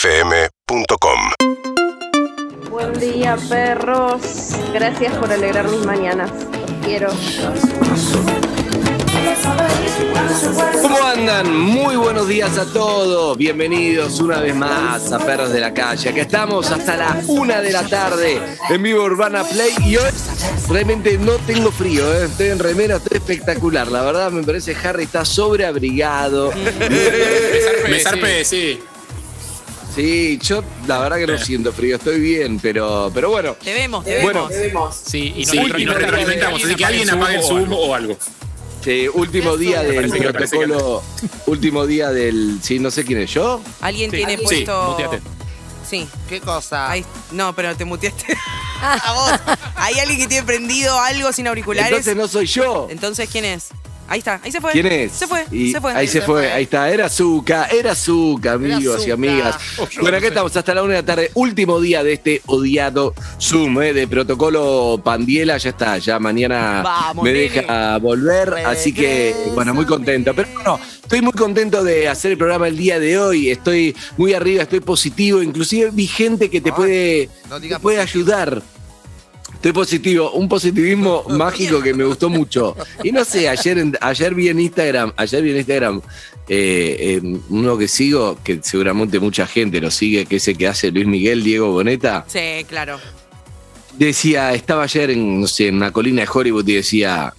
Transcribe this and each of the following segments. UrbanaPlayFM.com Buen día, perros. Gracias por alegrar mis mañanas. Los quiero. ¿Cómo andan? Muy buenos días a todos. Bienvenidos una vez más a Perros de la Calle. Acá estamos hasta la una de la tarde en vivo Urbana Play. Y hoy realmente no tengo frío, ¿eh? estoy en remera, estoy espectacular. La verdad me parece Harry está sobreabrigado. Me zarpe, sí. Sí, yo la verdad que no siento frío, estoy bien, pero, pero bueno. Te vemos, te Bueno. vemos. Sí, y nos Sí, retro- y y nos nos retroalimentamos. Así que alguien apague el Zoom Zoom o algo. Sí, este, último día del parece que- me parece que- protocolo, último día del, sí, no sé quién es yo. Alguien tiene Sí, puesto. muteate. Sí. ¿Qué cosa? Ahí- No, pero te muteaste. a vos. Hay alguien que tiene prendido algo sin auriculares. Entonces Entonces, no soy yo. ¿quién es? Ahí está, ahí se fue. ¿Quién es? Se fue, Y se fue. Ahí se, fue. ahí está. Era Zuka, era Zuka, amigos y Zuka. amigas. bueno, acá estamos hasta la una de la tarde, último día de este odiado Zoom eh, de protocolo Pandiela. Ya está, ya mañana Vamos, me nene. deja volver. Así que, bueno, muy contento. Pero bueno, estoy muy contento de hacer el programa el día de hoy. Estoy muy arriba, estoy positivo. Inclusive vi gente que te Ay, puede, no te digas puede ayudar. Estoy positivo, un positivismo mágico que me gustó mucho. Y no sé, ayer, en- ayer vi en Instagram, ayer vi en Instagram eh, eh, uno que sigo, que seguramente mucha gente lo sigue, que es el que hace Luis Miguel, Diego Boneta, Sí, claro. decía, estaba ayer en, no sé, en una colina de Hollywood y decía,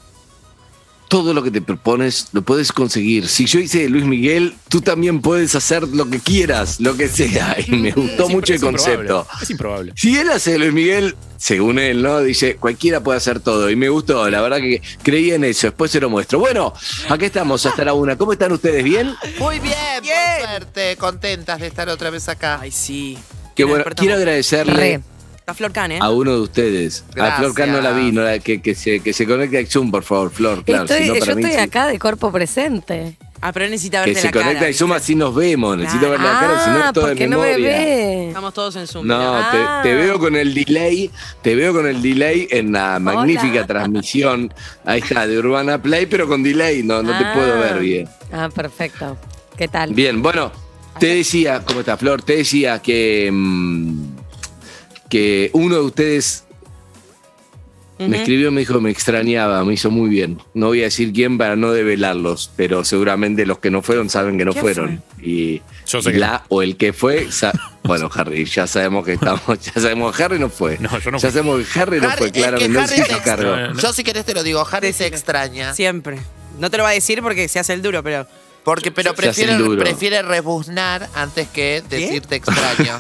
todo lo que te propones lo puedes conseguir. Si yo hice Luis Miguel, tú también puedes hacer lo que quieras, lo que sea. Y me gustó Mm, Es mucho el impro- es improbable, concepto. Es improbable. Si él hace Luis Miguel, según él, ¿no? Dice, cualquiera puede hacer todo. Y me gustó, la verdad que creí en eso. Después se lo muestro. Bueno, aquí estamos hasta la una. ¿Cómo están ustedes? ¿Bien? Muy bien, Bien. por suerte, contentas de estar otra vez acá. Ay, sí. Qué Nos bueno. despertamos. Quiero agradecerle Está Flor Can, ¿eh? a uno de ustedes. A Gracias. Flor Can no la vi, no la- que, que se, que se conecte a Zoom, por favor, Flor. Claro, Estoy- si no, para yo mí estoy sí. acá de cuerpo presente. Ah, pero necesita Que verte se la cara. conecte a Zoom, así nos vemos. Necesito ver Claro. la cara, si no ah, es todo de porque no me memoria. ve. Estamos todos en Zoom. No, mirá. mirá. Ah. te, te veo con el delay, te veo con el delay en la magnífica transmisión, ahí está, de Urbana Play, pero con delay, no, no Ah. te puedo ver bien. Ah, perfecto. ¿Qué tal? Bien, bueno, te decía, ¿cómo está Flor? Te decía que, mm, que uno de ustedes Ujú. me escribió, me dijo, me extrañaba, me hizo muy bien. No voy a decir quién para no develarlos, pero seguramente los que no fueron saben que no ¿Quién fueron. Y Yo sé que la o el que fue, sa- bueno, Harry, ya sabemos que estamos, ya sabemos que Harry no fue. No, yo no Ya fui. sabemos que Harry no Harry- fue, es que claro, no se Harry hizo te cargo. extraña. Yo si querés te lo digo, Harry se extraña. Siempre. No te lo va a decir porque se hace el duro, pero. Porque, pero Se hace el prefiere, duro. prefiere rebuznar antes que decir te extraño.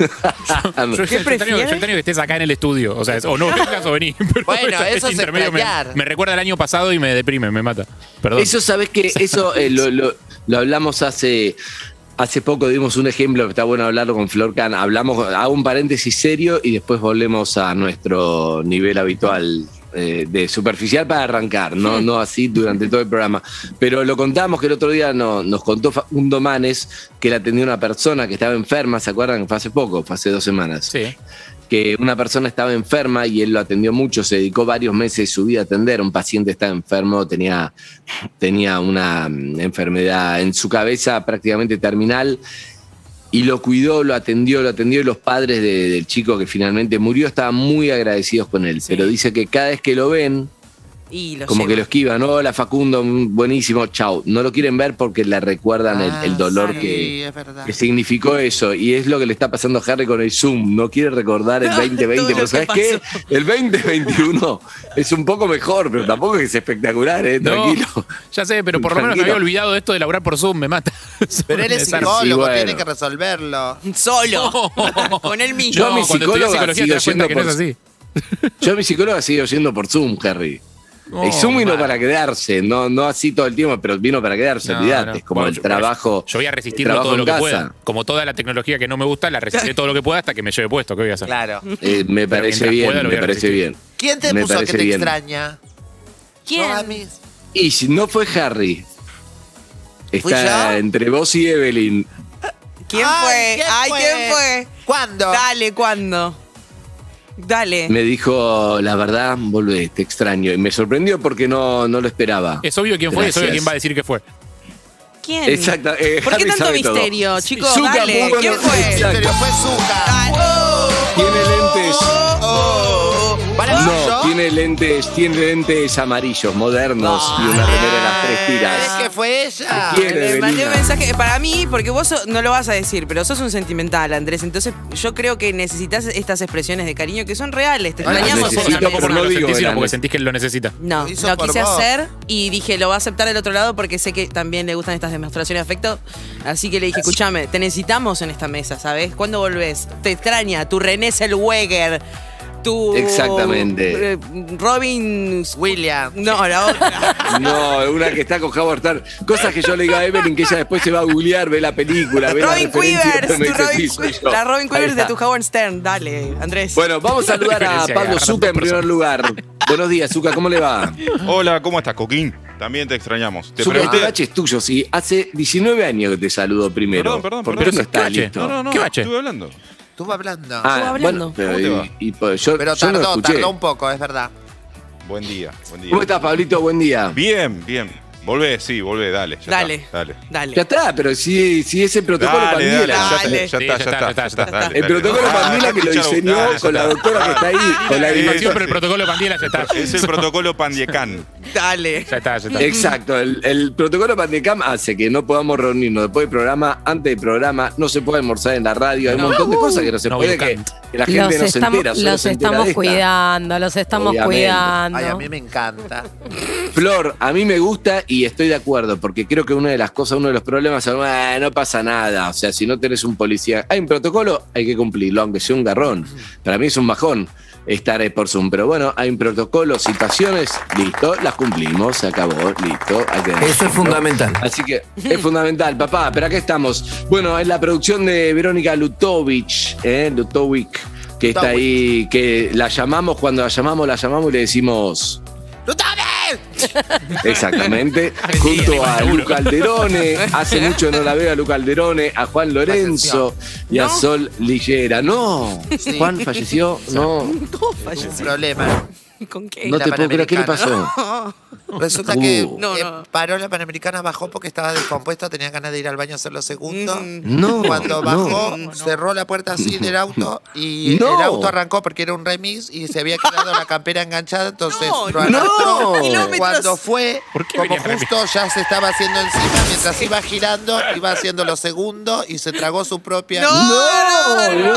Ah, Yo, yo extraño, yo prefieres? extraño que estés acá en el estudio. O sea, es- o no vengas o venís. Pero Bueno, este eso es intermedio me, extrañar. me recuerda al año pasado y me deprime, me mata. Perdón. Eso, ¿sabes que Eso eh, lo, lo- lo hablamos hace, hace poco, dimos un ejemplo, está bueno hablarlo con Flor Can. Hablamos, hago un paréntesis serio y después volvemos a nuestro nivel habitual. eh, de superficial para arrancar, no, no así durante todo el programa. Pero lo contamos que el otro día no- nos contó Facundo Manes que la atendió una persona que estaba enferma, ¿se acuerdan? Fue hace poco, fue hace dos semanas Sí. que una persona estaba enferma y él lo atendió mucho, se dedicó varios meses de su vida a atender. Un paciente estaba enfermo, tenía, tenía una mm, enfermedad en su cabeza prácticamente terminal y lo cuidó, lo atendió, lo atendió y los padres de- del chico que finalmente murió estaban muy agradecidos con él. Sí. Pero dice que cada vez que lo ven, Y lo como lleva. que lo esquivan, hola Facundo, mm, buenísimo, chau. No lo quieren ver porque le recuerdan el- Ah, el, dolor sí, que, es verdad. que significó eso, y es lo que le está pasando a Harry con el Zoom. No quiere recordar el No, 2020, todo lo pero que ¿sabes pasó. qué? El 2021 es un poco mejor, pero tampoco es que es espectacular, ¿eh? No, Tranquilo. ya sé, pero por lo menos me Tranquilo. había olvidado de esto de laburar por Zoom, me mata. Pero él es Desastre. psicólogo, Sí, bueno. tiene que resolverlo. Solo. Con él mismo. Yo a mi cuando estudiás psicóloga psicología te sigo das yendo cuenta que no es por- así. Yo a mi psicóloga sigo yendo por Zoom, Harry. el Oh, Zoom vino mal. para quedarse, no, no así todo el tiempo, pero vino para quedarse, No, olvidate. no. Es como Bueno, el yo- trabajo. Yo voy a el resistirlo trabajo todo lo en que casa. pueda. Como toda la tecnología que no me gusta, la resistiré todo lo que pueda hasta que me lleve puesto. ¿Qué voy a hacer? Claro. Eh, me Pero parece mientras bien, pueda, lo voy me a parece resistir. bien. ¿Quién te Me puso que parece te bien. extraña? ¿Quién? No, a mí. Y si no fue Harry, ¿Fui está yo? entre vos y Evelyn. ¿Quién Ay, fue? ¿quién Ay, ¿quién fue? ¿Cuándo? Dale, ¿cuándo? Dale. Me dijo, la verdad, este volvé, te extraño. Y me sorprendió porque no, no lo esperaba. Es obvio quién fue, es obvio Gracias. quién va a decir que fue. ¿Quién? Exacto. eh, ¿Por qué Harry tanto sabe todo. misterio, chicos? Zucca, Dale, Buga, ¿quién no- fue? Exacto. Misterio, fue Zucca. Dale. Oh, Tiene lentes. oh, oh, oh. ¿Para No, tiene lentes, tiene lentes amarillos, modernos y una remera de las tres ¿Crees tiras. Ah, que fue ella? ¿Quién? Le mandé Evelina. un mensaje eh, para mí, porque vos so- no lo vas a decir, pero sos un sentimental, Andrés. Entonces, yo creo que necesitas estas expresiones de cariño que son reales. Te Ahora extrañamos Necesito en la Necesito tampoco mesa. porque no no lo digo sentís, sino porque grandes. sentís que él lo necesita. No, Lo hizo lo por quise vos. hacer y dije, lo va a aceptar el otro lado porque sé que también le gustan estas demostraciones de afecto. Así que le dije, escúchame, te necesitamos en esta mesa, ¿sabes? ¿Cuándo volvés? Te extraña, tu René Selweger, tu. Exactamente. eh, Robin. William. No, la otra. No, una que está con Howard Stern. Cosas que yo le digo a Evelyn que ella después se va a googlear, ve la película, ve Robin la referencia. Quivers, me tu dice, Robin sí, soy Quivers, yo. la Robin Ahí Quivers de está. tu Howard Stern. Dale, Andrés. Bueno, vamos a saludar a Referencia, Pablo agarran Zucca en dos primer lugar. Buenos días, Zucca, ¿cómo le va? Hola, ¿cómo estás, Coquín? También te extrañamos. Te Zucca, pregunté. este bache es tuyo, sí. Hace 19 años que te saludo primero. Perdón, perdón, ¿Por perdón. qué no está Bache. listo? No, no, no. ¿Qué bache? Estuve hablando. Estuvo hablando. Ah, bueno, hablando. pero, ¿Cómo te y- va? y, pues, yo, Pero yo no lo tardó, escuché. tardó un poco, es verdad. Buen día, buen día. ¿Cómo estás, Pablito? Buen día. Bien, bien. Volvé, sí, volvé, dale. ya Dale. está, dale. Dale. Ya está, pero si, si es el protocolo Dale, Pandela. dale, ya Dale. está, ya está, ya está, ya está, dale, El dale. protocolo Ah, Pandela que lo escucharon. diseñó Ah, ya con la está. doctora que está ahí, con la Sí, animación. Eh, Siempre el sí. protocolo de Pandiela ya está. Es el protocolo Pandiecán. Dale. Ya está, ya está. Exacto, el, el protocolo Pandecam hace que no podamos reunirnos después del programa, antes del programa, no se puede almorzar en la radio, hay un montón de cosas que no se No, puede, Yucán. que, que la gente no se estamos, entera. solo los se entera estamos de esta. cuidando, los estamos Obviamente. cuidando. Ay, a mí me encanta. Flor, a mí me gusta y estoy de acuerdo, porque creo que una de las cosas, uno de los problemas es, "Ah, no pasa nada, o sea, si no tenés un policía, hay un protocolo, hay que cumplirlo, aunque sea un garrón. Para mí es un bajón estar eh, por Zoom, pero bueno, hay un protocolo, situaciones, listo, las cumplimos, se acabó, listo. hay que- Eso es fundamental. Así que es fundamental, papá, pero acá estamos. Bueno, es la producción de Verónica Lutovic, ¿eh? Lutovic, que está Lutovic. ahí, que la llamamos, cuando la llamamos, la llamamos y le decimos... ¡No tomes! Exactamente. sí, Junto a seguro. Luca Alderone. Hace mucho no la veo a Luca Alderone, a Juan Lorenzo y a ¿No? Sol Lillera. No. Sí. Juan falleció. No. No, Un falleció. problema. ¿Con qué? No la te puedo creer. ¿Qué le pasó? Panamericana. Resulta que Uh. No, eh, no. paró la Panamericana, bajó porque estaba descompuesta, tenía ganas de ir al baño a hacerlo segundo. Mm. No. Cuando bajó, no. cerró la puerta así del auto y No. el auto arrancó porque era un remix y se había quedado la campera enganchada, entonces No, lo no. arrastró. Kilómetros. Cuando fue, ¿Por qué como venía remix? justo ya se estaba haciendo encima, mientras iba girando, iba haciendo lo segundo y se tragó su propia... No, No, Eh, no.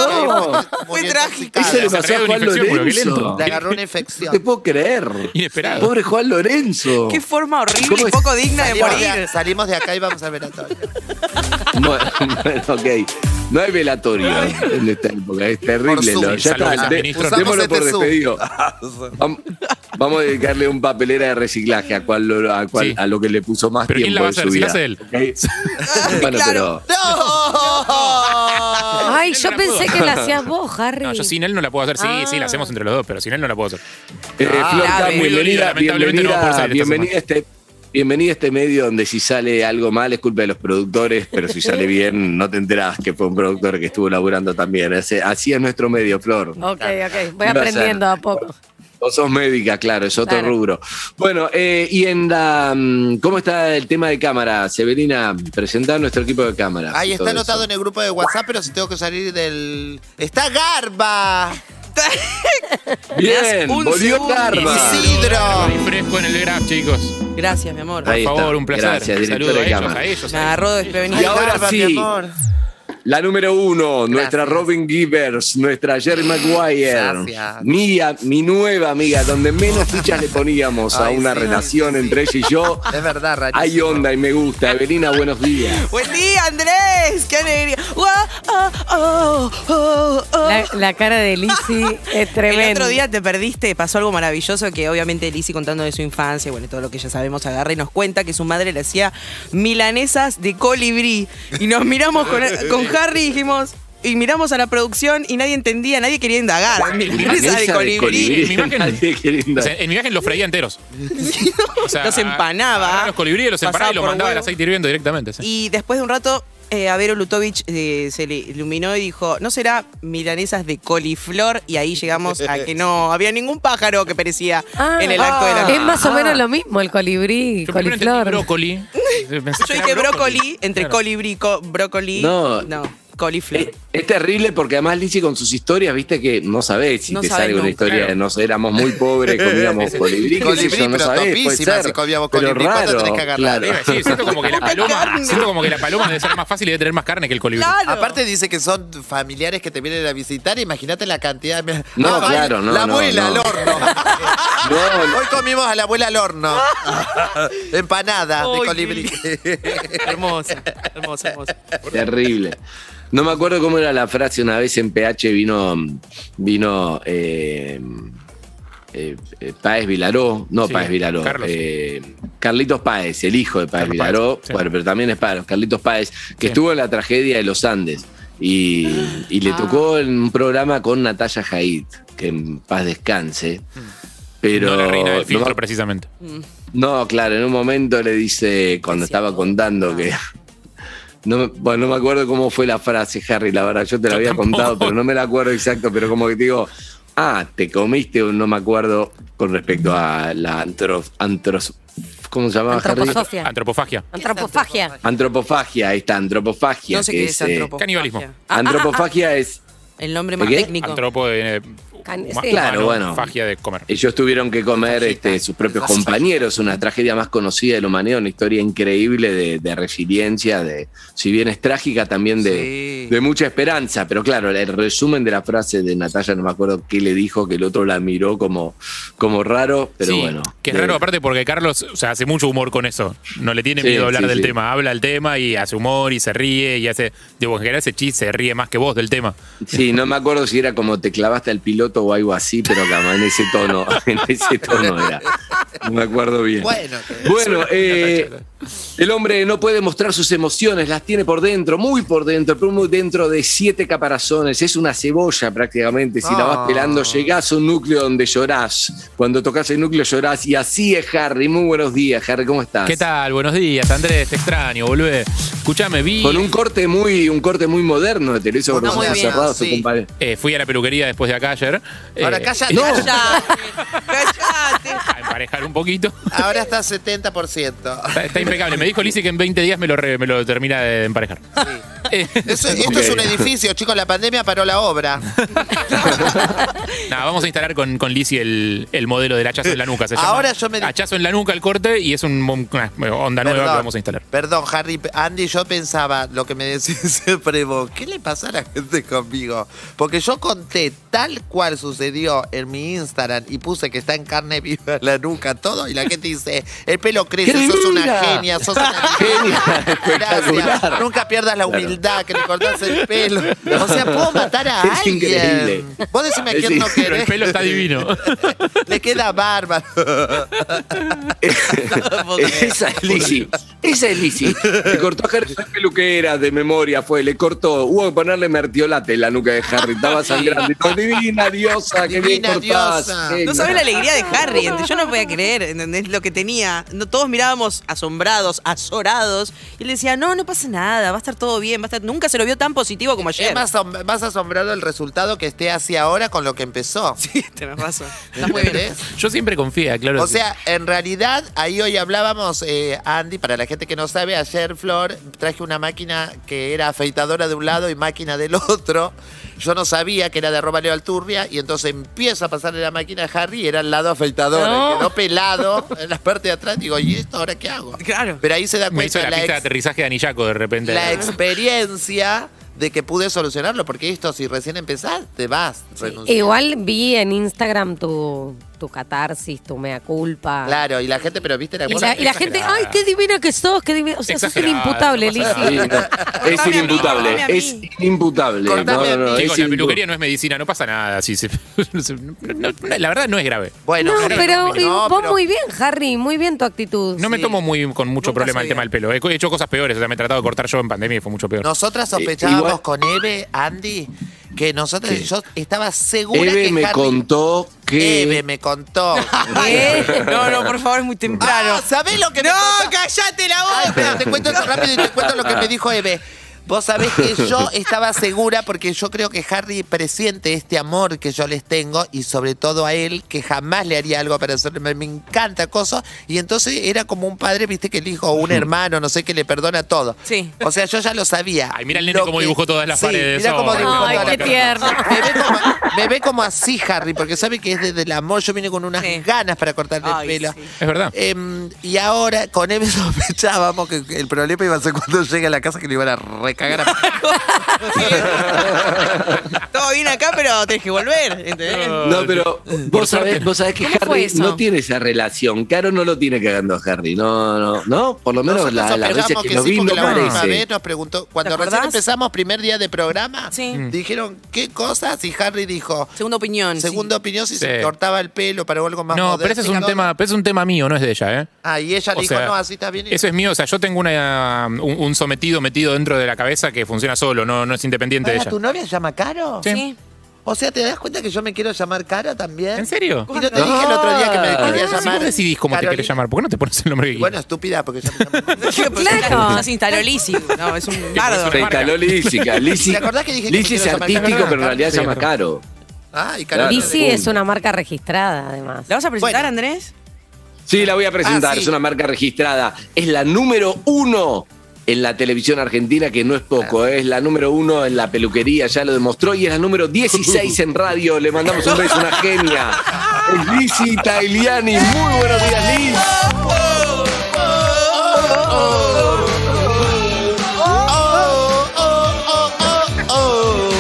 murió Fue intoxicada. Eso le pasó Se a me Juan dio una infección, boludo, qué Lorenzo. lento. Le agarró una No infección. te puedo creer. Inesperado. Pobre Juan Lorenzo. Qué forma horrible ¿Cómo y es? poco digna de Salimos de, morir. salimos de acá y vamos al velatorio. Bueno, bueno, ok. No hay velatorio en esta época, es terrible. Por Zoom. ¿no? Ya Salvo que está, seas de- ministro, ¿no? démoslo por Usamos este Zoom. despedido. Vam- Vamos a dedicarle un papelera de reciclaje a, cual, lo- a, cual- Sí. a lo que le puso más Pero ¿quién tiempo la va a en hacer? su Si la vida. hace él. ¿ok? bueno, claro. pero eh, Ay, Él yo no la pensé pudo. que la hacías vos, Harry. No, yo sin él no la puedo hacer. Sí, Ah. sí, la hacemos entre los dos, pero sin él no la puedo hacer. Ah, eh, Flor grave. Cam, Muy bienvenida, dolida, lamentablemente no va a poder bienvenida, bienvenida salir esta a este. Bienvenida a este medio donde si sale algo mal es culpa de los productores, pero si sale bien no te enterás que fue un productor que estuvo laburando también. Ese- Así es nuestro medio, Flor. Ok, ok. Voy Iba a ser. aprendiendo a poco. Vos sos médica, claro, es otro Claro. rubro. Bueno, eh, y en la. mm, ¿Cómo está el tema de cámara? Severina, presentá a nuestro equipo de cámara. Ahí está Todo anotado eso. en el grupo de WhatsApp, pero si tengo que salir del. ¡Está Garba! Bien, Un volvió segundo. Karma. Isidro. Fresco en el graph, chicos. Gracias, mi amor. Ahí Por favor, está. un placer. Gracias, Un director saludo a de ellos, cámara. ¿eh? a ellos. Me a ellos. agarró desprevenida. Y ahora Garba, sí. mi amor. La número uno, nuestra Gracias. Robin Givers, nuestra Jerry Maguire. Gracias. Mía, mi nueva amiga, donde menos fichas le poníamos a Ay, una sí, relación sí, sí. entre ella y yo. Es verdad, rarísimo. Hay onda y me gusta. Evelina, buenos días. Buen día, Andrés. Qué alegría. Guau, ah, oh, oh, oh. La, la cara de Lizzie es tremenda. El otro día te perdiste, pasó algo maravilloso que obviamente Lizzie contando de su infancia, bueno, todo lo que ya sabemos, agarra y nos cuenta que su madre le hacía milanesas de colibrí. Y nos miramos con, con Harry y dijimos, y miramos a la producción y nadie entendía, nadie quería indagar. Ah, Milanesas de Esa colibrí. En mi imagen- Nadie quiere O indagar. sea, en mi imagen los freía enteros. O sea, Los empanaba. agarraba Los colibríes los Pasaba empanaba y los por mandaba al huevo. aceite hirviendo directamente. sí. Y después de un rato eh, a Vero Lutovich eh, se le iluminó y dijo, ¿no será milanesas de coliflor? Y ahí llegamos a que no había ningún pájaro que perecía Ah, en el acto de la Es más o Ah. menos lo mismo, el colibrí, Yo primero entendí coliflor. brócoli. Pensé Yo que dije era brócoli, entre Claro. colibrí y co- brócoli. No. Eh, No, coliflor. Es, es terrible porque además Lizzie con sus historias, viste que no sabés si No te sabés sale una nunca. historia Claro. de no sé, éramos muy pobres, comíamos colibrí, qué sé Colibrí, yo, no pero sabés, puede topísima, ser, si comíamos pero colibrí, ¿cuándo raro, tenés que agarrar? claro. Iba a decir, siento como que la paloma, carne. siento como que la paloma debe ser más fácil y debe tener más carne que el colibrí. Claro. Aparte dice que son familiares que te vienen a visitar, imagínate la cantidad de... No, La abuela- claro, no, La no, abuela no. al horno. No, no. Hoy comimos a la abuela al horno. Empanada de Ay, colibrí. Hermosa, hermosa, hermosa. Terrible. No me acuerdo cómo era la frase. Una vez en PH vino. Vino. Eh, eh, eh, Páez Vilaró. No, Sí, Páez Vilaró. Carlos. eh, Carlitos Páez, el hijo de Páez Carlos Vilaró. Páez, sí. Bueno, pero también es Páez, Carlitos Páez, que Sí. estuvo en la tragedia de los Andes. Y, y le Ah. tocó en un programa con Natalia Jaid, que en paz descanse. Pero Mm. no la reina no del me filtro, precisamente. no, claro, en un momento le dice, cuando estaba contando Ah. que. No me, bueno, no me acuerdo cómo fue la frase, Harry, la verdad, yo te la Yo había tampoco. contado, pero no me la acuerdo exacto, pero como que te digo, ah, te comiste un no me acuerdo con respecto a la antro, antros, ¿cómo se llamaba Harry? Antroposofia. Antropofagia. Antropofagia. Antropofagia, ahí está, antropofagia. No sé que qué es eh, antropofagia. canibalismo. Ah, antropofagia es, el nombre más ¿Qué? técnico. Antropo de. eh, Can- huma- sí. Claro, humano, bueno. Fagia de comer. ellos tuvieron que comer este, sus propios compañeros, una tragedia más conocida de la humanidad, una historia increíble de, de resiliencia, de, si bien es trágica, también de, Sí. de mucha esperanza, pero claro, el resumen de la frase de Natalia, no me acuerdo qué le dijo, que el otro la miró como, como raro, pero Sí, bueno. Que es De- raro, aparte, porque Carlos o sea, hace mucho humor con eso. No le tiene Sí, miedo a hablar sí, del sí. tema. Habla el tema y hace humor y se ríe y hace. Digo, en general ese chiste se ríe más que vos del tema. Sí, no me acuerdo si era como te clavaste al piloto o algo así, pero como en ese tono, en ese tono era. No me acuerdo bien. Bueno, que- Bueno, eh, el hombre no puede mostrar sus emociones, las tiene por dentro, muy por dentro, pero muy dentro de siete caparazones. Es una cebolla prácticamente. Si la vas Ah. pelando, llegás a un núcleo donde llorás. Cuando tocas el núcleo llorás. Y así es, Harry. Muy buenos días, Harry. ¿Cómo estás? ¿Qué tal? Buenos días, Andrés. Te extraño, volvé. Escuchame, vi. Con un corte muy, un corte muy moderno, te lo hizo con Está los muy ojos bien, cerrados, tu sí. compadre. eh, fui a la peluquería después de acá ayer. ahora eh, cállate. Cállate, cállate. A emparejar un poquito. Ahora está 70%. Está, está impecable. Me dijo Lizzie que en 20 días me lo, re- me lo termina de emparejar. Eh, Eso- esto es un edificio, chicos. La pandemia paró la obra. Nada, vamos a instalar con, con Lizzie el, el modelo del hachazo en la nuca. se llama. Ahora yo me di- Hachazo en la nuca el corte y es un, una onda nueva que vamos a instalar. Perdón, Harry. Andy, yo pensaba lo que me decís siempre vos. ¿Qué le pasa a la gente conmigo? Porque yo conté tal cual sucedió en mi Instagram y puse que está en carne viva la nuca, todo. Y la gente dice: el pelo crece, sos una genia, sos una Genia, espectacular. Gracias. Nunca pierdas la humildad que le cortás el pelo. O sea, puedo matar a Es alguien. increíble. Vos decime a Es quién no increíble. Pero el querés. pelo está divino. Le queda bárbaro. Esa es Lizzy. Esa es Lizzy. Le cortó a Harry la peluquera de memoria, fue. Le cortó. Hubo que ponerle mertiolate en la nuca de Harry. Estaba sangrando. Y todo, Divina diosa, que bien Divina cortás. diosa. genia". No sabes la alegría de Harry. ent- Yo no podía creer ¿entendés? lo que tenía. No, todos mirábamos asombrados, azorados. Y él decía, no, no pasa nada, va a estar todo bien. Va a estar... Nunca se lo vio tan positivo como ayer. Es más, asom- más asombrado el resultado que esté hacia ahora con lo que empezó. Sí, tenés razón. Está muy bien. ¿Entendés? Yo siempre confía, claro. O sea, en realidad, ahí hoy hablábamos, eh, Andy, para la gente que no sabe, ayer Flor traje una máquina que era afeitadora de un lado y máquina del otro. Yo no sabía que era de arroba Leo Alturria y entonces empiezo a pasarle la máquina a Harry y era el lado afeitador. No. Quedó pelado en la parte de atrás. Digo, ¿y esto ahora qué hago? Claro. Pero ahí se da me hizo cuenta la, la pista de ex- aterrizaje de Anillaco de repente. la experiencia de que pude solucionarlo, porque esto si recién empezás, te vas, renunciás. Igual vi en Instagram tu, tu catarsis, tu mea culpa. Claro, y la gente, pero viste la Y cosa la, y la que- gente, ay, qué divina que sos, qué divina. O sea, sos un Exagerada, imputable, no pasa Lizzy. nada. Sí, no. Es Cortame a mí, inimputable. cortame a Es mí. inimputable. Cortame a mí. Chicos, es la peluquería impu- no es medicina, no pasa nada. sí, se- no sé, no- no- no, la verdad no es grave. Bueno, No, Harry, pero y no, vos pero- muy bien, Harry, muy bien tu actitud. No me tomo muy con mucho Nunca problema soy el tema del pelo. He co- he hecho cosas peores. O sea, me he tratado de cortar yo en pandemia y fue mucho peor. Nosotras sospechábamos Eh, igual- con Eve, Andy, que nosotras, ¿Qué? yo estaba segura Eve que me Harry- contó que. Eve me contó. ¿Qué? Eh, No, no, por favor, es muy temprano. Ah, ¿Sabés lo que me ¡No, contó? cállate la Ay, boca! espera, te cuento eso rápido y te cuento lo que me dijo Eve. Vos sabés que yo estaba segura porque yo creo que Harry presiente este amor que yo les tengo y sobre todo a él que jamás le haría algo para hacerme. Me encanta cosas. Y entonces era como un padre, viste, que el hijo o un hermano, no sé, que le perdona todo. Sí. O sea, yo ya lo sabía. Ay, mira el nene Lo cómo dibujó todas las sí, paredes. Mirá cómo Ay, dibujó Ay, todas qué las paredes. tierno. Me ve, como, me ve como así, Harry, porque sabe que es desde el amor. Yo vine con unas Sí. ganas para cortarle Ay, el Ah, pelo. sí. Es verdad. Em, y ahora con él sospechábamos que el problema iba a ser cuando llegue a la casa que le iban a recagar a... Todo bien acá, pero tenés que volver. Eh, ¿entendés? No, pero vos sabés, vos sabés que ¿Cómo fue Harry eso? no tiene esa relación. Caro no lo tiene cagando a Harry. No, no, no. Por lo menos Nosotros la, las sospechamos veces que, lo sí, vi porque no la última parece. vez nos preguntó, cuando ¿Te recién acordás? empezamos primer día de programa, Sí. Mm. dijeron qué cosas y Harry dijo, Segunda opinión. sí. segunda opinión si Sí. se cortaba el pelo para algo más No, pero ese es un moderno. tema, pero es un tema mío, no es de ella, ¿eh? Ah, y ella le O dijo, sea, no, así está bien. Eso es mío, o sea, yo tengo una, un, un sometido metido dentro de la cabeza que funciona solo, no, no es independiente de Pará, ella. ¿Tu novia se llama Caro? Sí. O sea, ¿te das cuenta que yo me quiero llamar Cara también? ¿En serio? Y no te dije el otro día que me Ah. quería Ah, si llamar. vos decidís cómo te querés Carolina. llamar, ¿por qué no te pones el nombre que Y bueno, quieras? estúpida, porque yo me llamo- Claro. Se instaló Lisi. No, es un bardo. Se instaló Lísica. Lisi ¿Te acordás que dije que Lisi me es quiero llamar artístico, Caro? pero en realidad se Sí, llama no. Caro. Ah, y Claro. Carolina. Lisi es una marca registrada, además. ¿La vas a presentar, Bueno. Andrés? Sí, la voy a presentar. Ah, sí. Es una marca registrada. Es la número uno en la televisión argentina, que no es poco. Es la número uno en la peluquería, ya lo demostró. Y es la número 16 en radio. Le mandamos un beso, una genia. Es Lizzy Tagliani. Muy buenos días, Liz.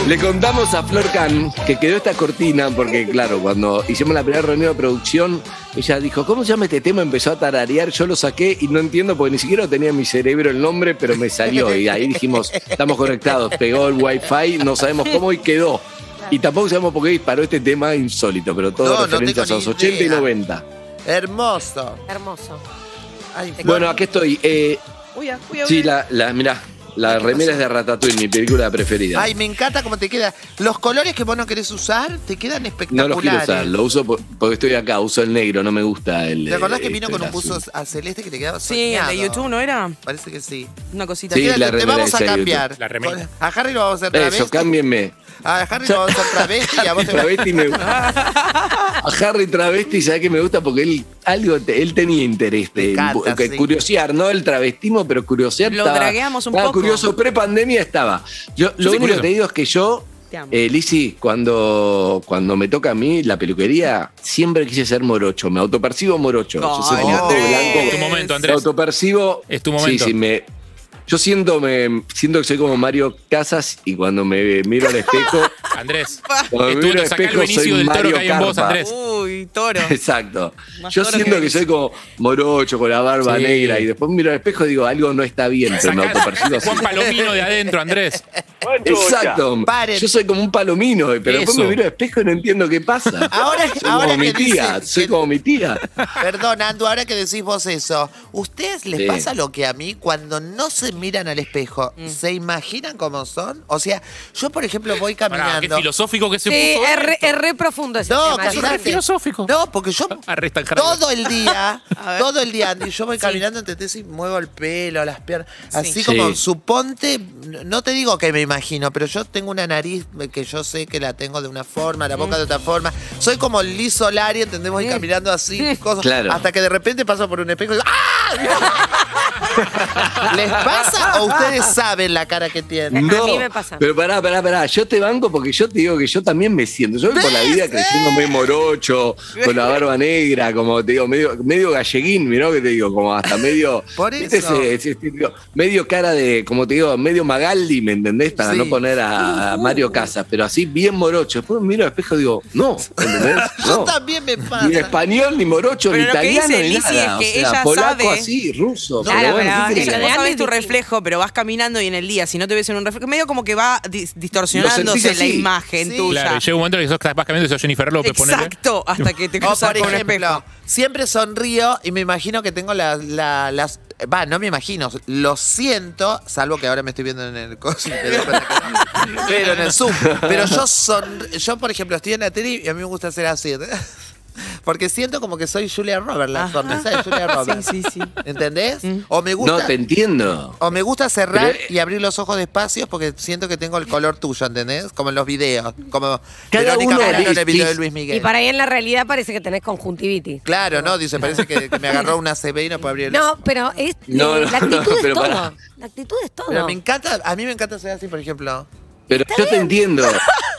Le contamos a Flor Can que quedó esta cortina, porque claro, cuando hicimos la primera reunión de producción, ella dijo, ¿cómo se llama este tema? Empezó a tararear, yo lo saqué y no entiendo porque ni siquiera lo tenía en mi cerebro el nombre, pero me salió. Y ahí dijimos, estamos conectados, pegó el wifi, no sabemos cómo y quedó. Y tampoco sabemos por qué disparó este tema insólito, pero todo No, no referencias tengo a los ni 80 y idea. 90. Hermoso. Hermoso. Ay, Flor. Bueno, aquí estoy. Eh, Uy, ah, uy, ah, sí, uy. la, la, mirá, la remera es de Ratatouille, mi película preferida. Ay, me encanta cómo te queda. Los colores que vos no querés usar te quedan No espectaculares. los quiero usar, lo uso por- porque estoy acá, uso el negro, no me gusta el. eh. ¿Te acordás eh, que vino este, con un el buzo azul. a celeste que te quedaba Sí, el de soñado? YouTube, ¿no era? Parece que sí. Una cosita. Sí, así. Quédate, la te remera vamos esa a de cambiar. YouTube. La remera. A Harry lo vamos a hacer Eso, travesti. cámbienme. A Harry lo vamos a hacer travesti y a vos te vas Travesti me A Harry Travesti, ¿sabes que me gusta? Porque él algo te- él tenía interés Me de encanta, en- que sí. curiosear, no el travestismo, pero curiosear. Lo estaba- dragueamos un estaba poco. curioso, pre-pandemia estaba. Yo, lo soy único curioso. que te digo es que yo, Te amo. eh, Lizzy, cuando, cuando me toca a mí la peluquería, siempre quise ser morocho, me autopercibo morocho. Yo soy Ay, como todo Andrés. blanco, Tu momento, Me Andrés. autopercibo. Es tu momento. Sí, sí, me. Yo siento, me, siento que soy como Mario Casas y cuando me miro al espejo. Andrés, Cuando me tú miro no al sacá el espejo, soy Benicio del Toro Mario que hay en vos, Carpa. Andrés. Uy, toro. Exacto. Más yo toro siento que que, soy como morocho, con la barba Sí. negra, y después miro al espejo y digo, algo no está bien, pero me Sacá- autopercibo así. Juan Palomino de adentro, Andrés. Exacto. Paren. Yo soy como un palomino, pero después Eso. me miro al espejo y no entiendo qué pasa. Ahora- soy ahora como que mi tía, dicen soy que- como mi tía. Perdón, Andu, ahora que decís vos eso, ¿ustedes les Sí. pasa lo que a mí cuando no se miran al espejo? Mm. ¿Se imaginan cómo son? O sea, yo por ejemplo voy Pará, qué caminando. filosófico que se Sí, puso. es re, es re profundo ese no, tema. cállate. filosófico. No, porque yo Arresta el carajo. todo el día, A ver. todo el día, Andy, yo voy caminando, entendés, y muevo el pelo, las piernas. Así Sí. como, Sí. suponte, no te digo que me imagino, pero yo tengo una nariz que yo sé que la tengo de una forma, la boca de otra forma. Soy como Liz Solari, entendés, voy caminando así, cosas. Claro. Hasta que de repente paso por un espejo y digo, ¡ah! ¿Les pasa o ustedes saben la cara que tienen? No, mí me pasa. pero pará, pará, pará. Yo te banco porque yo te digo que yo también me siento. Yo voy por la vida creciéndome morocho, con la barba negra, como te digo, medio, medio galleguín, mirá que te digo, como hasta medio. Por ¿viste eso. ese- ese estilo? medio cara de, como te digo, medio Magaldi, ¿me entendés? Para Sí. no poner a, a Mario Casas, pero así bien morocho. Después miro al espejo y digo, no, ¿entendés? Yo No. también me pasa. Ni español, ni morocho, Pero ni lo que dice italiano, ni Lizzy nada. es que o sea, ella polaco sabe- así, ruso. Claro, pero bueno, ¿qué pero ella querés? de Vos antes sabés es tu distinto. reflejo, pero vas caminando y en el día, si no te ves en un reflejo, medio como que va dis- distorsionándose sentís la así. imagen Sí. tuya. Claro, y llega un momento que sos capaz cambiando y sos Jennifer López, ponele. Exacto, hasta que te O cruzas Oh, por con un espejo. ejemplo, siempre sonrío y me imagino que tengo la- la- las... Va, no me imagino, lo siento, salvo que ahora me estoy viendo en el coso y me doy cuenta que no. Pero en el Zoom. Pero yo son, yo por ejemplo estoy en la tele y a mí me gusta hacer así. ¿eh? Porque siento como que soy Julia Roberts, la Ajá. sonrisa de Julia Roberts. Sí, Mm. sí, sí. ¿Entendés? O me gusta. No, te entiendo. O me gusta cerrar Pero, eh, y abrir los ojos despacio porque siento que tengo el color tuyo, ¿entendés? Como en los videos. Como Cada Verónica uno, Marano en Liz, el video de Liz. Luis Miguel. Y para ahí en la realidad parece que tenés conjuntivitis. Claro, ¿no? Dice, parece que, que me agarró una CB y no puedo abrir el No, pero es, No, eh, no, la actitud no, es pero todo. pará. La actitud es todo. Pero me encanta, a mí me encanta ser así, por ejemplo. Pero yo te entiendo,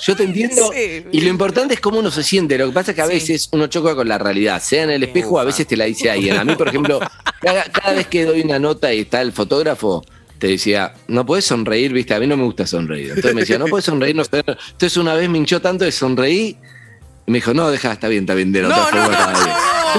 yo te entiendo. Sí. Y lo importante es cómo uno se siente. Lo que pasa es que a Sí. veces uno choca con la realidad, sea en el espejo o a veces te la dice alguien. A mí, por ejemplo, cada, cada vez que doy una nota y está el fotógrafo, te decía, no puedes sonreír, viste, a mí no me gusta sonreír. Entonces me decía, no puedes sonreír, no sé". Entonces una vez me hinchó tanto de sonreí. y Me dijo, no, deja, está bien, está bien, de la No, otra no, forma no, está no,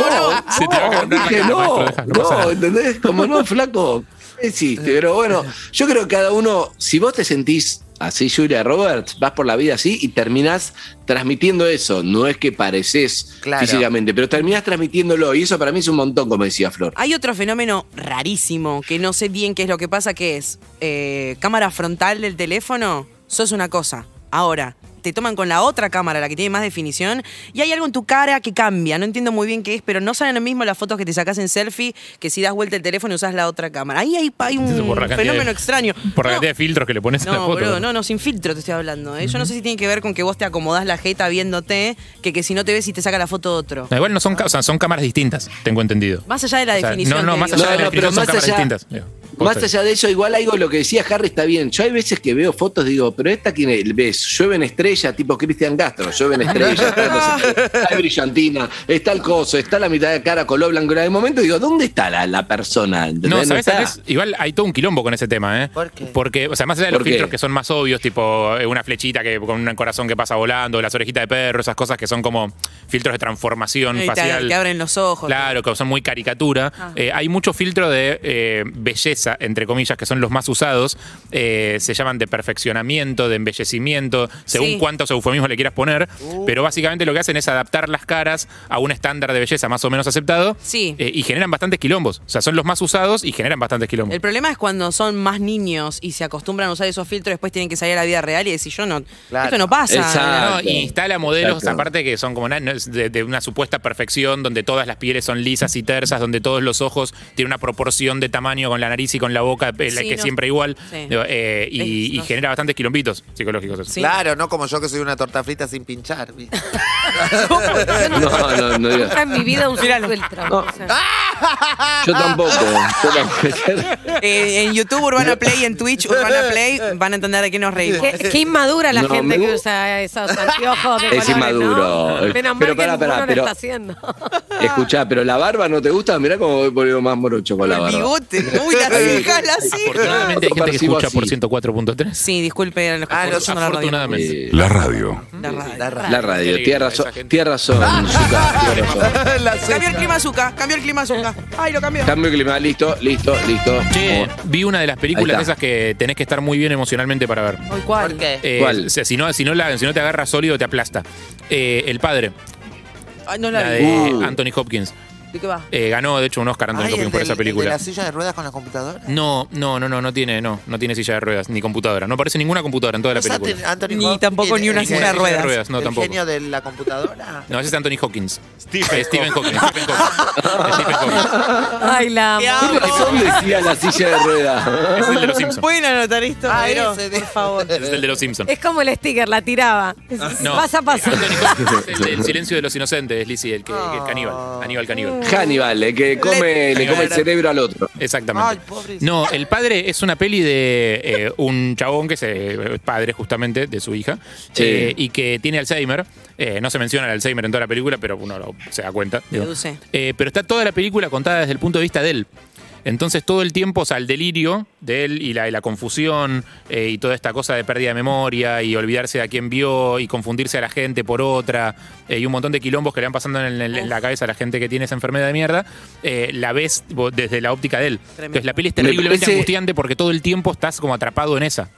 bien". no, no. Se te va a caer la dije, cara, no, maestro, deja, no pasa no, nada". ¿entendés? Como no, flaco, ¿qué hiciste? Pero bueno, yo creo que cada uno, si vos te sentís así, Julia Roberts, vas por la vida así y terminás transmitiendo eso. No es que pareces Claro. físicamente, pero terminás transmitiéndolo. Y eso para mí es un montón, como decía Flor. Hay otro fenómeno rarísimo que no sé bien qué es lo que pasa, que es eh, cámara frontal del teléfono, sos una cosa. Ahora, te toman con la otra cámara, la que tiene más definición, y hay algo en tu cara que cambia. No entiendo muy bien qué es, pero no salen lo mismo las fotos que te sacas en selfie que si das vuelta el teléfono y usas la otra cámara. Ahí hay, hay un Por la cantidad de- fenómeno extraño. Por la No, cantidad de filtros que le pones a la no, foto. boludo, no, no, sin filtro te estoy hablando. ¿eh? Yo no sé si tiene que ver con que vos te acomodás la jeta viéndote, que, que si no te ves y te saca la foto otro. No, Ah, igual no son, ca- o sea, son cámaras distintas, tengo entendido. Más allá de la O sea, definición. no, no, te más digo. allá de la No, no, pero definición, son más cámaras allá- distintas. Digo, Más posta. allá de eso, igual algo lo que decía Harry está bien. Yo hay veces que veo fotos, digo, pero esta tiene, ves, llueven estrella, tipo Cristian Castro, llueven estrella, está, no sé qué, está de brillantina, está el coso, está la mitad de cara, color blanco. En el momento digo, ¿dónde está la, la persona? ¿Entendés? No, ¿sabes? está. Andrés? Igual hay todo un quilombo con ese tema, ¿eh? ¿Por qué? Porque, o sea, más allá de los ¿Por qué? filtros que son más obvios, tipo eh, una flechita que con un corazón que pasa volando, las orejitas de perro, esas cosas que son como filtros de transformación Ahí te- facial. Te abren los ojos. Ah. Claro, que son muy caricatura. Eh, hay mucho filtro de eh, belleza, entre comillas, que son los más usados. Eh, se llaman de perfeccionamiento, de embellecimiento, según Sí. cuántos eufemismos le quieras poner. Pero básicamente lo que hacen es adaptar las caras a un estándar de belleza más o menos aceptado. Sí. Eh, y generan bastantes quilombos. O sea, son los más usados y generan bastantes quilombos. El problema es cuando son más niños y se acostumbran a usar esos filtros, después tienen que salir a la vida real y decir, yo no, Claro. esto no pasa. Exacto. No, y instala modelos, Exacto. aparte que son como una- no es de, de una supuesta perfección, donde todas las pieles son lisas y tersas, donde todos los ojos tienen una proporción de tamaño con la nariz y con la boca, eh, la Sí, que no. siempre igual, Sí. Digo, eh, y, Es- y no sé. genera bastantes quilombitos psicológicos. eso. Sí. Claro, no como yo que soy una torta frita sin pinchar. ¿viste? No, no, no digas. Nunca en mi vida usé un filtro. No. O sea, Yo tampoco. yo tampoco. Eh, en YouTube Urbana Play, en Twitch Urbana Play, van a entender de qué nos reímos. qué, qué inmadura la No, gente me que gu- usa esos anteojos de Es colores, inmaduro. ¿no? Menos Pero mal que pará, pará, ninguno lo pero- está haciendo. Escuchá, pero la barba no te gusta, mirá cómo voy poniendo más morocho con la el barba. bigote, uy, las cejas, las cejas. Afortunadamente hay Lo gente que percibo escucha por así. 104.3. Sí, disculpe, eran los que Ah, no, escuchan la radio. Afortunadamente. Eh, La radio. La radio. La radio. la radio, tienes razón, Esa gente. tienes razón, Zucca, tienes razón. La Cambió ceja. el clima azúcar, cambió el clima azúcar. Ay, lo cambió. Cambio de clima, listo, listo, listo. Che, vi una de las películas Ahí está. esas que tenés que estar muy bien emocionalmente para ver. Hoy, ¿Cuál? ¿Por qué? Eh, ¿Cuál? o sea, si, no, si, no la- si no te agarra sólido, te aplasta. Eh, el padre, Ay, no la, la vi. de Uh. Anthony Hopkins. ¿De qué va? Eh, ganó, de hecho, un Oscar Anthony Ay, Hopkins el por del- esa el de película. la silla de ruedas con la computadora? No, no, no, no, no tiene, no, no tiene silla de ruedas ni computadora. No aparece ninguna computadora en toda la ¿Es película. Anthony- Anthony Ni Hopkins, tampoco ni una el silla de genio- ruedas. No, el tampoco. genio de la computadora? No, ese es Anthony Hawkins. Stephen Eh, Stephen Hawkins. Stephen Hawkings. Stephen Hawkins. Ay, la Te amo. Ah, amo. ¿Qué razón decía la silla de rueda? Es el de los Simpsons. ¿Pueden anotar esto? Ah, Pero, ese de- por favor. Es el de los Simpsons. Es como el sticker, la tiraba. Ah, No, Eh, Vas a pasar. Anthony Hopkins es el, del silencio de los inocentes, es Lizzie, el que, que es Ah. caníbal. Aníbal caníbal. Hannibal, el que come, le come el cerebro al otro. Exactamente. Ay, pobrecito. No, El Padre es una peli de eh, un chabón que es eh, padre justamente de su hija Sí. eh, y que tiene Alzheimer. Eh, no se menciona el Alzheimer en toda la película, pero uno lo- se da cuenta. digo. Deduce. Eh, pero está toda la película contada desde el punto de vista de él. Entonces todo el tiempo, o sea, el delirio de él y la, y la confusión eh, y toda esta cosa de pérdida de memoria y olvidarse de a quién vio y confundirse a la gente por otra eh, y un montón de quilombos que le van pasando en, el- en la cabeza a la gente que tiene esa enfermedad de mierda, eh, la ves tipo, desde la óptica de él. Tremendo. Entonces la peli es terriblemente parece- angustiante porque todo el tiempo estás como atrapado en esa.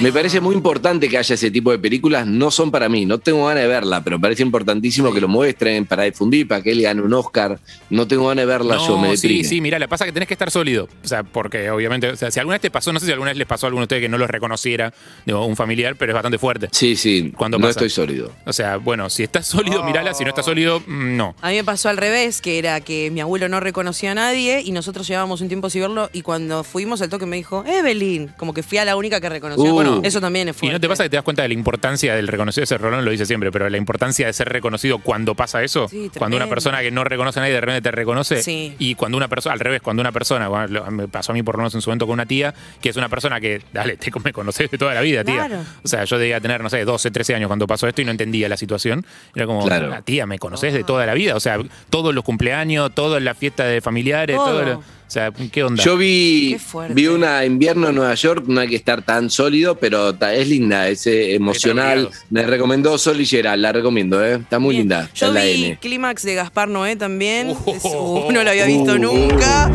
Me parece muy importante que haya ese tipo de películas. No son para mí, no tengo ganas de verla, pero me parece importantísimo que lo muestren para difundir, para que él gane un Oscar. No tengo ganas de verla, yo me No, sí, deprime. sí, mira, la pasa que tenés que estar sólido. O sea, porque obviamente, o sea, si alguna vez te pasó, no sé si alguna vez les pasó a alguno de ustedes que no los reconociera, digo, un familiar, pero es bastante fuerte. Sí, sí, ¿Cuándo no pasa? estoy sólido. O sea, bueno, si estás sólido, mirala, si no estás sólido, mm, no. A mí me pasó al revés, que era que mi abuelo no reconocía a nadie y nosotros llevábamos un tiempo sin verlo y cuando fuimos al toque me dijo, Evelyn, como que fui a la única que reconoció. Uh. bueno, eso también es Y fuerte. no te pasa que te das cuenta de la importancia del reconocido, ese Rolón lo dice siempre, pero la importancia de ser reconocido cuando pasa eso, Sí, tremendo. cuando una persona que no reconoce a nadie de repente te reconoce, Sí. y cuando una persona, al revés, cuando una persona, bueno, lo- me pasó a mí por lo menos en su momento con una tía, que es una persona que, dale, te, me conoces de toda la vida, tía. Claro. O sea, yo debía tener, no sé, 12, 13 años cuando pasó esto y no entendía la situación. Era como, Claro. "Ah, tía, me conoces de toda la vida, o sea, todos los cumpleaños, todas las fiestas de familiares, Todo. todo lo- o sea, ¿qué onda? Yo vi, Qué fuerte. vi una invierno en Nueva York, no hay que estar tan sólido, pero ta- es linda, es eh, emocional. obligado. Me recomendó Sol y Gerald, la recomiendo, ¿eh? está muy linda. está Yo en la vi N. Clímax de Gaspar Noé también. Uh. Es- uh, no lo había visto Uh. nunca.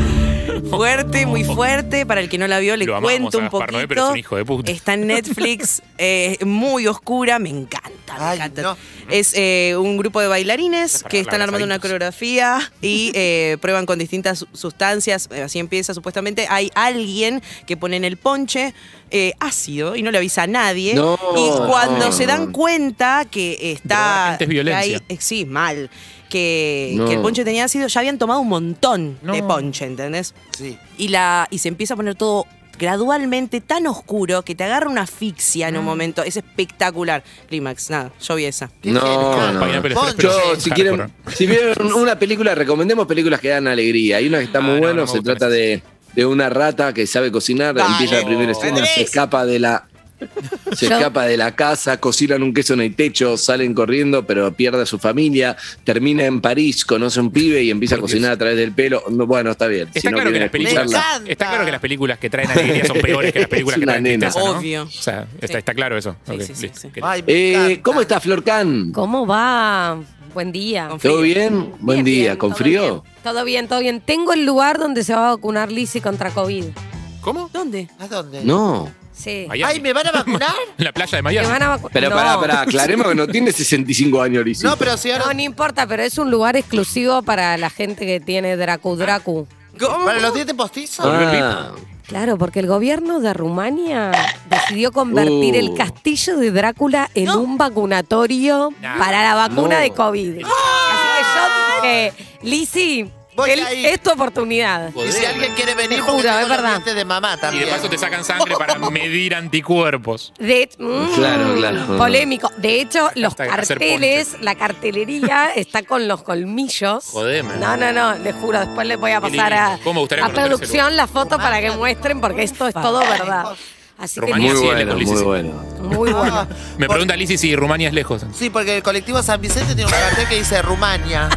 Fuerte, muy fuerte. Para el que no la vio, le Lo amamos cuento a un Gaspar poquito. Noé, pero es un hijo de puta. Está en Netflix, eh, muy oscura, me encanta. me Ay, encanta. no. Es eh, un grupo de bailarines para que están hablar, armando una sabitos. coreografía y eh, prueban con distintas su- sustancias. eh, Así empieza supuestamente. Hay alguien que pone en el ponche eh, ácido y no le avisa a nadie. No, y cuando no. se dan cuenta que Drogar está. gente es violencia. que hay- eh, sí, mal. Que, No. que el ponche tenía ácido, ya habían tomado un montón de No. ponche, ¿entendés? Sí. Y, la, y se empieza a poner todo gradualmente tan oscuro que te agarra una asfixia Mm. en un momento. Es espectacular. Clímax, nada, yo vi esa. ¿Qué género? No, no. Pineapple Poncho, Express, pero Yo, es si hardcore. quieren, si vieron una película, recomendemos películas que dan alegría. Hay una que está Ah, muy no, buena, no me se gustan trata de, de una rata que sabe cocinar, Dale, empieza la primera escena, Andrés. se escapa de la. Se Yo- escapa de la casa, cocinan un queso en el techo, salen corriendo, pero pierde a su familia, termina en París, conoce a un pibe y empieza a cocinar a través del pelo. No, bueno, está bien. Está, si no claro que quieren las películas, escucharla. escucharla. está claro que las películas que traen alegría son peores que las películas Es que una traen nena. tristeza, ¿no? Obvio. O sea, está, está claro eso. Sí, Ok, sí, sí, listo. sí. Que- Ay, me Eh, encanta. ¿Cómo está Florcan? ¿Cómo va? Buen día. Con ¿Todo frío. bien? Buen Bien, día, bien, ¿con todo frío? bien. Todo bien, todo bien. Tengo el lugar donde se va a vacunar Lizzie contra COVID. ¿Cómo? ¿Dónde? ¿A dónde? No. Sí. Miami. Ay, ¿me van a vacunar? La playa de Te Miami. van a vacu- Pero no. pará, pará, aclaremos que no tiene 65 años, Lizzy. No, pero si ahora... No, no importa, pero es un lugar exclusivo para la gente que tiene Dracu Dracu. ¿Cómo? ¿Para los dientes postizos? Ah. Claro, porque el gobierno de Rumania decidió convertir Uh. el castillo de Drácula en un vacunatorio Nah. para la vacuna No. de COVID. Así que yo dije, Lizzy, Voy el- ahí. es tu oportunidad. Y si alguien quiere venir, Te porque juro, tengo es los verdad. dientes de mamá Y también. de paso te sacan sangre para medir anticuerpos. De, mm, Claro, claro. Polémico. De hecho, los Hashtag hacer carteles, la cartelería está con los colmillos. Jodeme. No, no, no, les juro, después les voy a Qué pasar lindo. a, ¿Cómo me gustaría a conocer ese producción la foto para que muestren, porque esto es todo verdad. Así que Rumania Muy sí, el de bueno, Ulises. muy bueno. muy bueno. Me Por- pregunta Lizzy si Rumania es lejos. Sí, porque el colectivo San Vicente tiene un cartel que dice Rumania.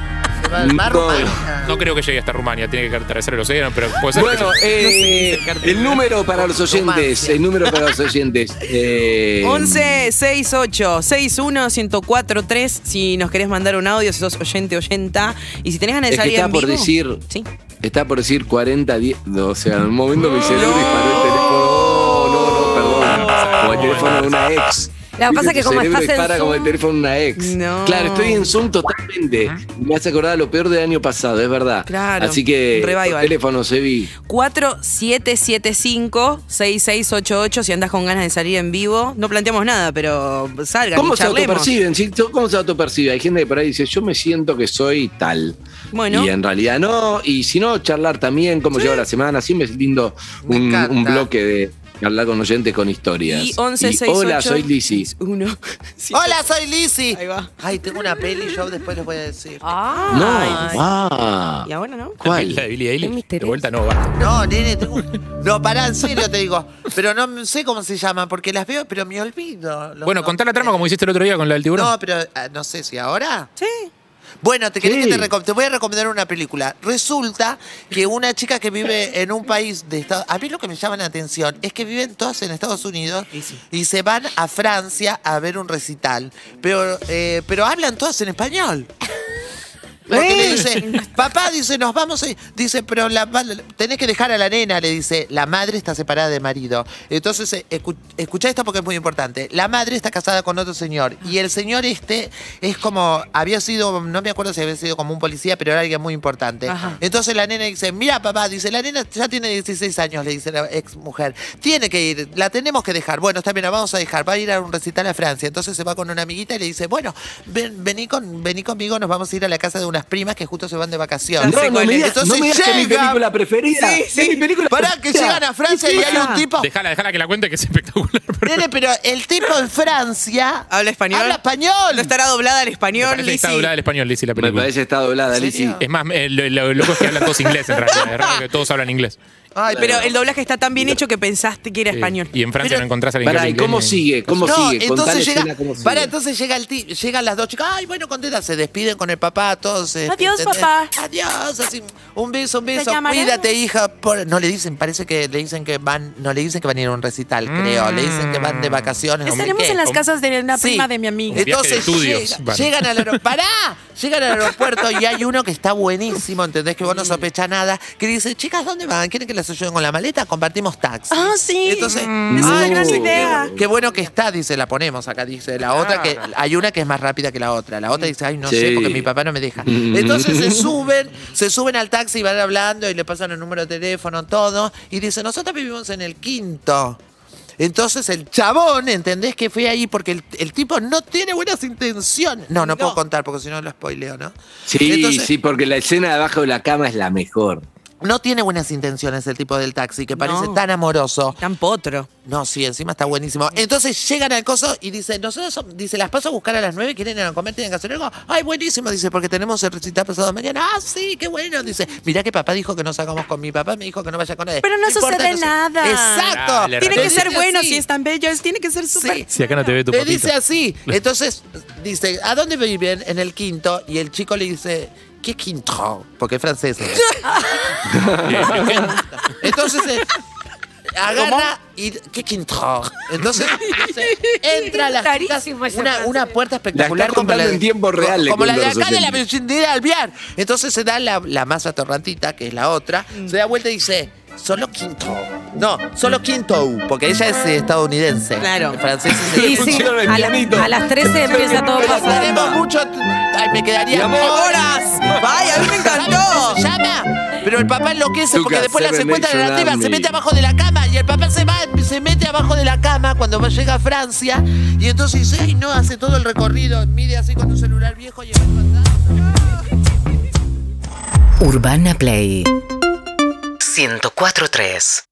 Se va- va a No. Rumania. No creo que llegue hasta Rumania, tiene que atravesar el océano, pero puede ser. que Bueno, sí. eh, el número para los oyentes, el número para los oyentes. eh, 11 68 61 1043 si nos querés mandar un audio, si sos oyente oyenta. Y si tenés ganas de Es que salir está en por vivo. decir- Sí. Está por decir 40 10, o sea, en un momento mi cerebro disparó el teléfono. No, no, no, perdón. O el teléfono de una ex. Ah, Lo que pasa es que Tu como cerebro estás en dispara como el Zoom- teléfono de una ex. No. Claro, estoy en Zoom totalmente. Me hace acordar lo peor del año pasado, es verdad. Claro. Así que Revival. los teléfonos se vi. 4775 6688 si andás con ganas de salir en vivo. No planteamos nada, pero salgan ¿Cómo y se charlemos. autoperciben? ¿Sí? ¿Cómo se autopercibe? Hay gente que por ahí dice, yo me siento que soy tal. Bueno. Y en realidad no. Y si no, charlar también, cómo lleva la semana. Siempre es lindo Me un, encanta. un bloque de hablar con oyentes con historias. Y 11 Y, Hola, soy Lizzy. Hola, soy Lizzy. Ahí va. Ay, tengo una peli, yo después les voy a decir. No. Ah, Ah. Y ahora no. La de ¿Cuál? Billie Eilish. De misterioso. vuelta no, basta. No, nene, tengo... un- No, pará, en serio te digo. Pero no sé cómo se llama, porque las veo, pero me olvido. Los Bueno, contá la trama como nombres. hiciste el otro día con la del tiburón. No, pero ah, no sé si ahora. Sí. Bueno, te, querés Sí. que te, recom- te voy a recomendar una película. Resulta que una chica que vive en un país de Estados A mí lo que me llama la atención es que viven todas en Estados Unidos Y sí. y se van a Francia a ver un recital. Pero, eh, pero hablan todas en español. Porque le ¿Eh? dice, papá, dice, nos vamos. a ir". Dice, pero la, ma- tenés que dejar a la nena, le dice, la madre está separada de marido. Entonces, eh, escu- escuchá esto porque es muy importante. La madre está casada con otro señor. Y el señor este es como, había sido, no me acuerdo si había sido como un policía, pero era alguien muy importante. Ajá. Entonces la nena dice, mira papá, dice, la nena ya tiene 16 años, le dice la ex mujer, tiene que ir, la tenemos que dejar. Bueno, está bien, la vamos a dejar, va a ir a un recital a Francia. Entonces se va con una amiguita y le dice, bueno, ven, vení, con, vení conmigo, nos vamos a ir a la casa de unas primas que justo se van de vacaciones. No, no me digas- Entonces no me digas que es mi llegan- película preferida. Sí, Es sí. mi película Pará, que preferida. llegan a Francia ¿Y y qué hay un era? tipo... Dejala, dejala que la cuente que es espectacular. pero Nene, pero el tipo en Francia... ¿Habla español? Habla español. No estará doblada al me español, parece que está Lizzy. doblada al español, Lizzy, Me la película. parece que está doblada, ¿En Lizzy. serio? Es más, eh, lo, lo loco es que hablan todos inglés en realidad. Es raro que todos hablan inglés. Ay, Pero el doblaje está tan bien hecho que pensaste que era Sí. español. Y en Francia Pero- no encontrás al inglés. Pará, ¿y cómo sigue? ¿Cómo no, sigue? Contá la entonces llega, escena cómo sigue. para, entonces llega el ti- llegan las dos chicas, ay, bueno, contentas, se despiden con el papá, todos. este, Adiós, ¿entendés? papá. ¿eh? Adiós, así, un beso, un beso, llamaremos. cuídate, hija. por- No le dicen, parece que le dicen que van, no le dicen que van a ir a un recital, creo, le dicen que Mm. van de vacaciones. este no sé qué. casas de la Sí. Eh, Un viaje de Entonces estudios, llega- van. llegan al aeropuerto. ¡Pará! Llegan al aeropuerto y hay uno que está buenísimo, ¿entendés? Que vos no sospechás nada. Que dice, chicas, ¿dónde van? ¿Quieren que les ayuden con la maleta? Compartimos taxi. Ah, sí. Entonces, Mm, es una ay, gran qué- idea. Qué bueno que está, dice, la ponemos acá, dice. La otra que. Hay una que es más rápida que la otra. La otra dice, ay, no Sí. sé, porque mi papá no me deja. Entonces se suben, se suben al taxi y van hablando y le pasan el número de teléfono, todo. Y dice, nosotros vivimos en el quinto. Entonces el chabón, ¿entendés que fue ahí? Porque el, el tipo no tiene buenas intenciones. No, no, puedo contar porque si no lo spoileo, ¿no? Sí, Entonces- sí, porque la escena de abajo de la cama es la mejor. No tiene buenas intenciones el tipo del taxi, que parece No. tan amoroso. Tan potro. No, sí, encima está buenísimo. Entonces llegan al coso y dicen, nosotros, som- dice, las paso a buscar a las 9, quieren ir a comer, tienen que hacer algo. Ay, buenísimo, dice, porque tenemos el recital pasado mañana. Ah, sí, qué bueno. Dice, mirá que papá dijo que no salgamos con mi papá, me dijo que no vaya con nadie. Pero no sucede sé". nada. Exacto. Dale, Tiene Tienen que que Pero ser Dice buenos así. si es tan bellos. Tiene que ser súper. Sí. Si acá no te ve tu Le papito. dice así. Entonces, dice, ¿a dónde viven? En el quinto. Y el chico le dice, ¿qué quinto? Porque es francés. ¿eh? Entonces, eh, agarra y... ¿Qué quinto? Entonces, dice, entra a las chicas, Rarísimo ese una, francés. una puerta La espectacular está como la contando de- en tiempo real, le Como la de cuento a los acá de la oyentes. vecindad alvear. Entonces se da la, la masa torrantita, que es la otra, Mm. se da vuelta y dice... Solo quinto. No, solo quinto. Porque ella es eh, estadounidense. Claro. Francés es Y sí, pusieron el a, la- pianito. a las 13 empieza todo a pero pasar. tenemos mucho. Ay, me quedaría Mi amor. horas. Ay, a mí me encantó. Se llama. Pero el papá enloquece Lucas, porque después la Seven secuestra de la Nation tipa, Army. se mete abajo de la cama y el papá se va, se mete abajo de la cama cuando va- llega a Francia y entonces dice, ay no, hace todo el recorrido, mide así con un celular viejo y va Urbana Play 104.3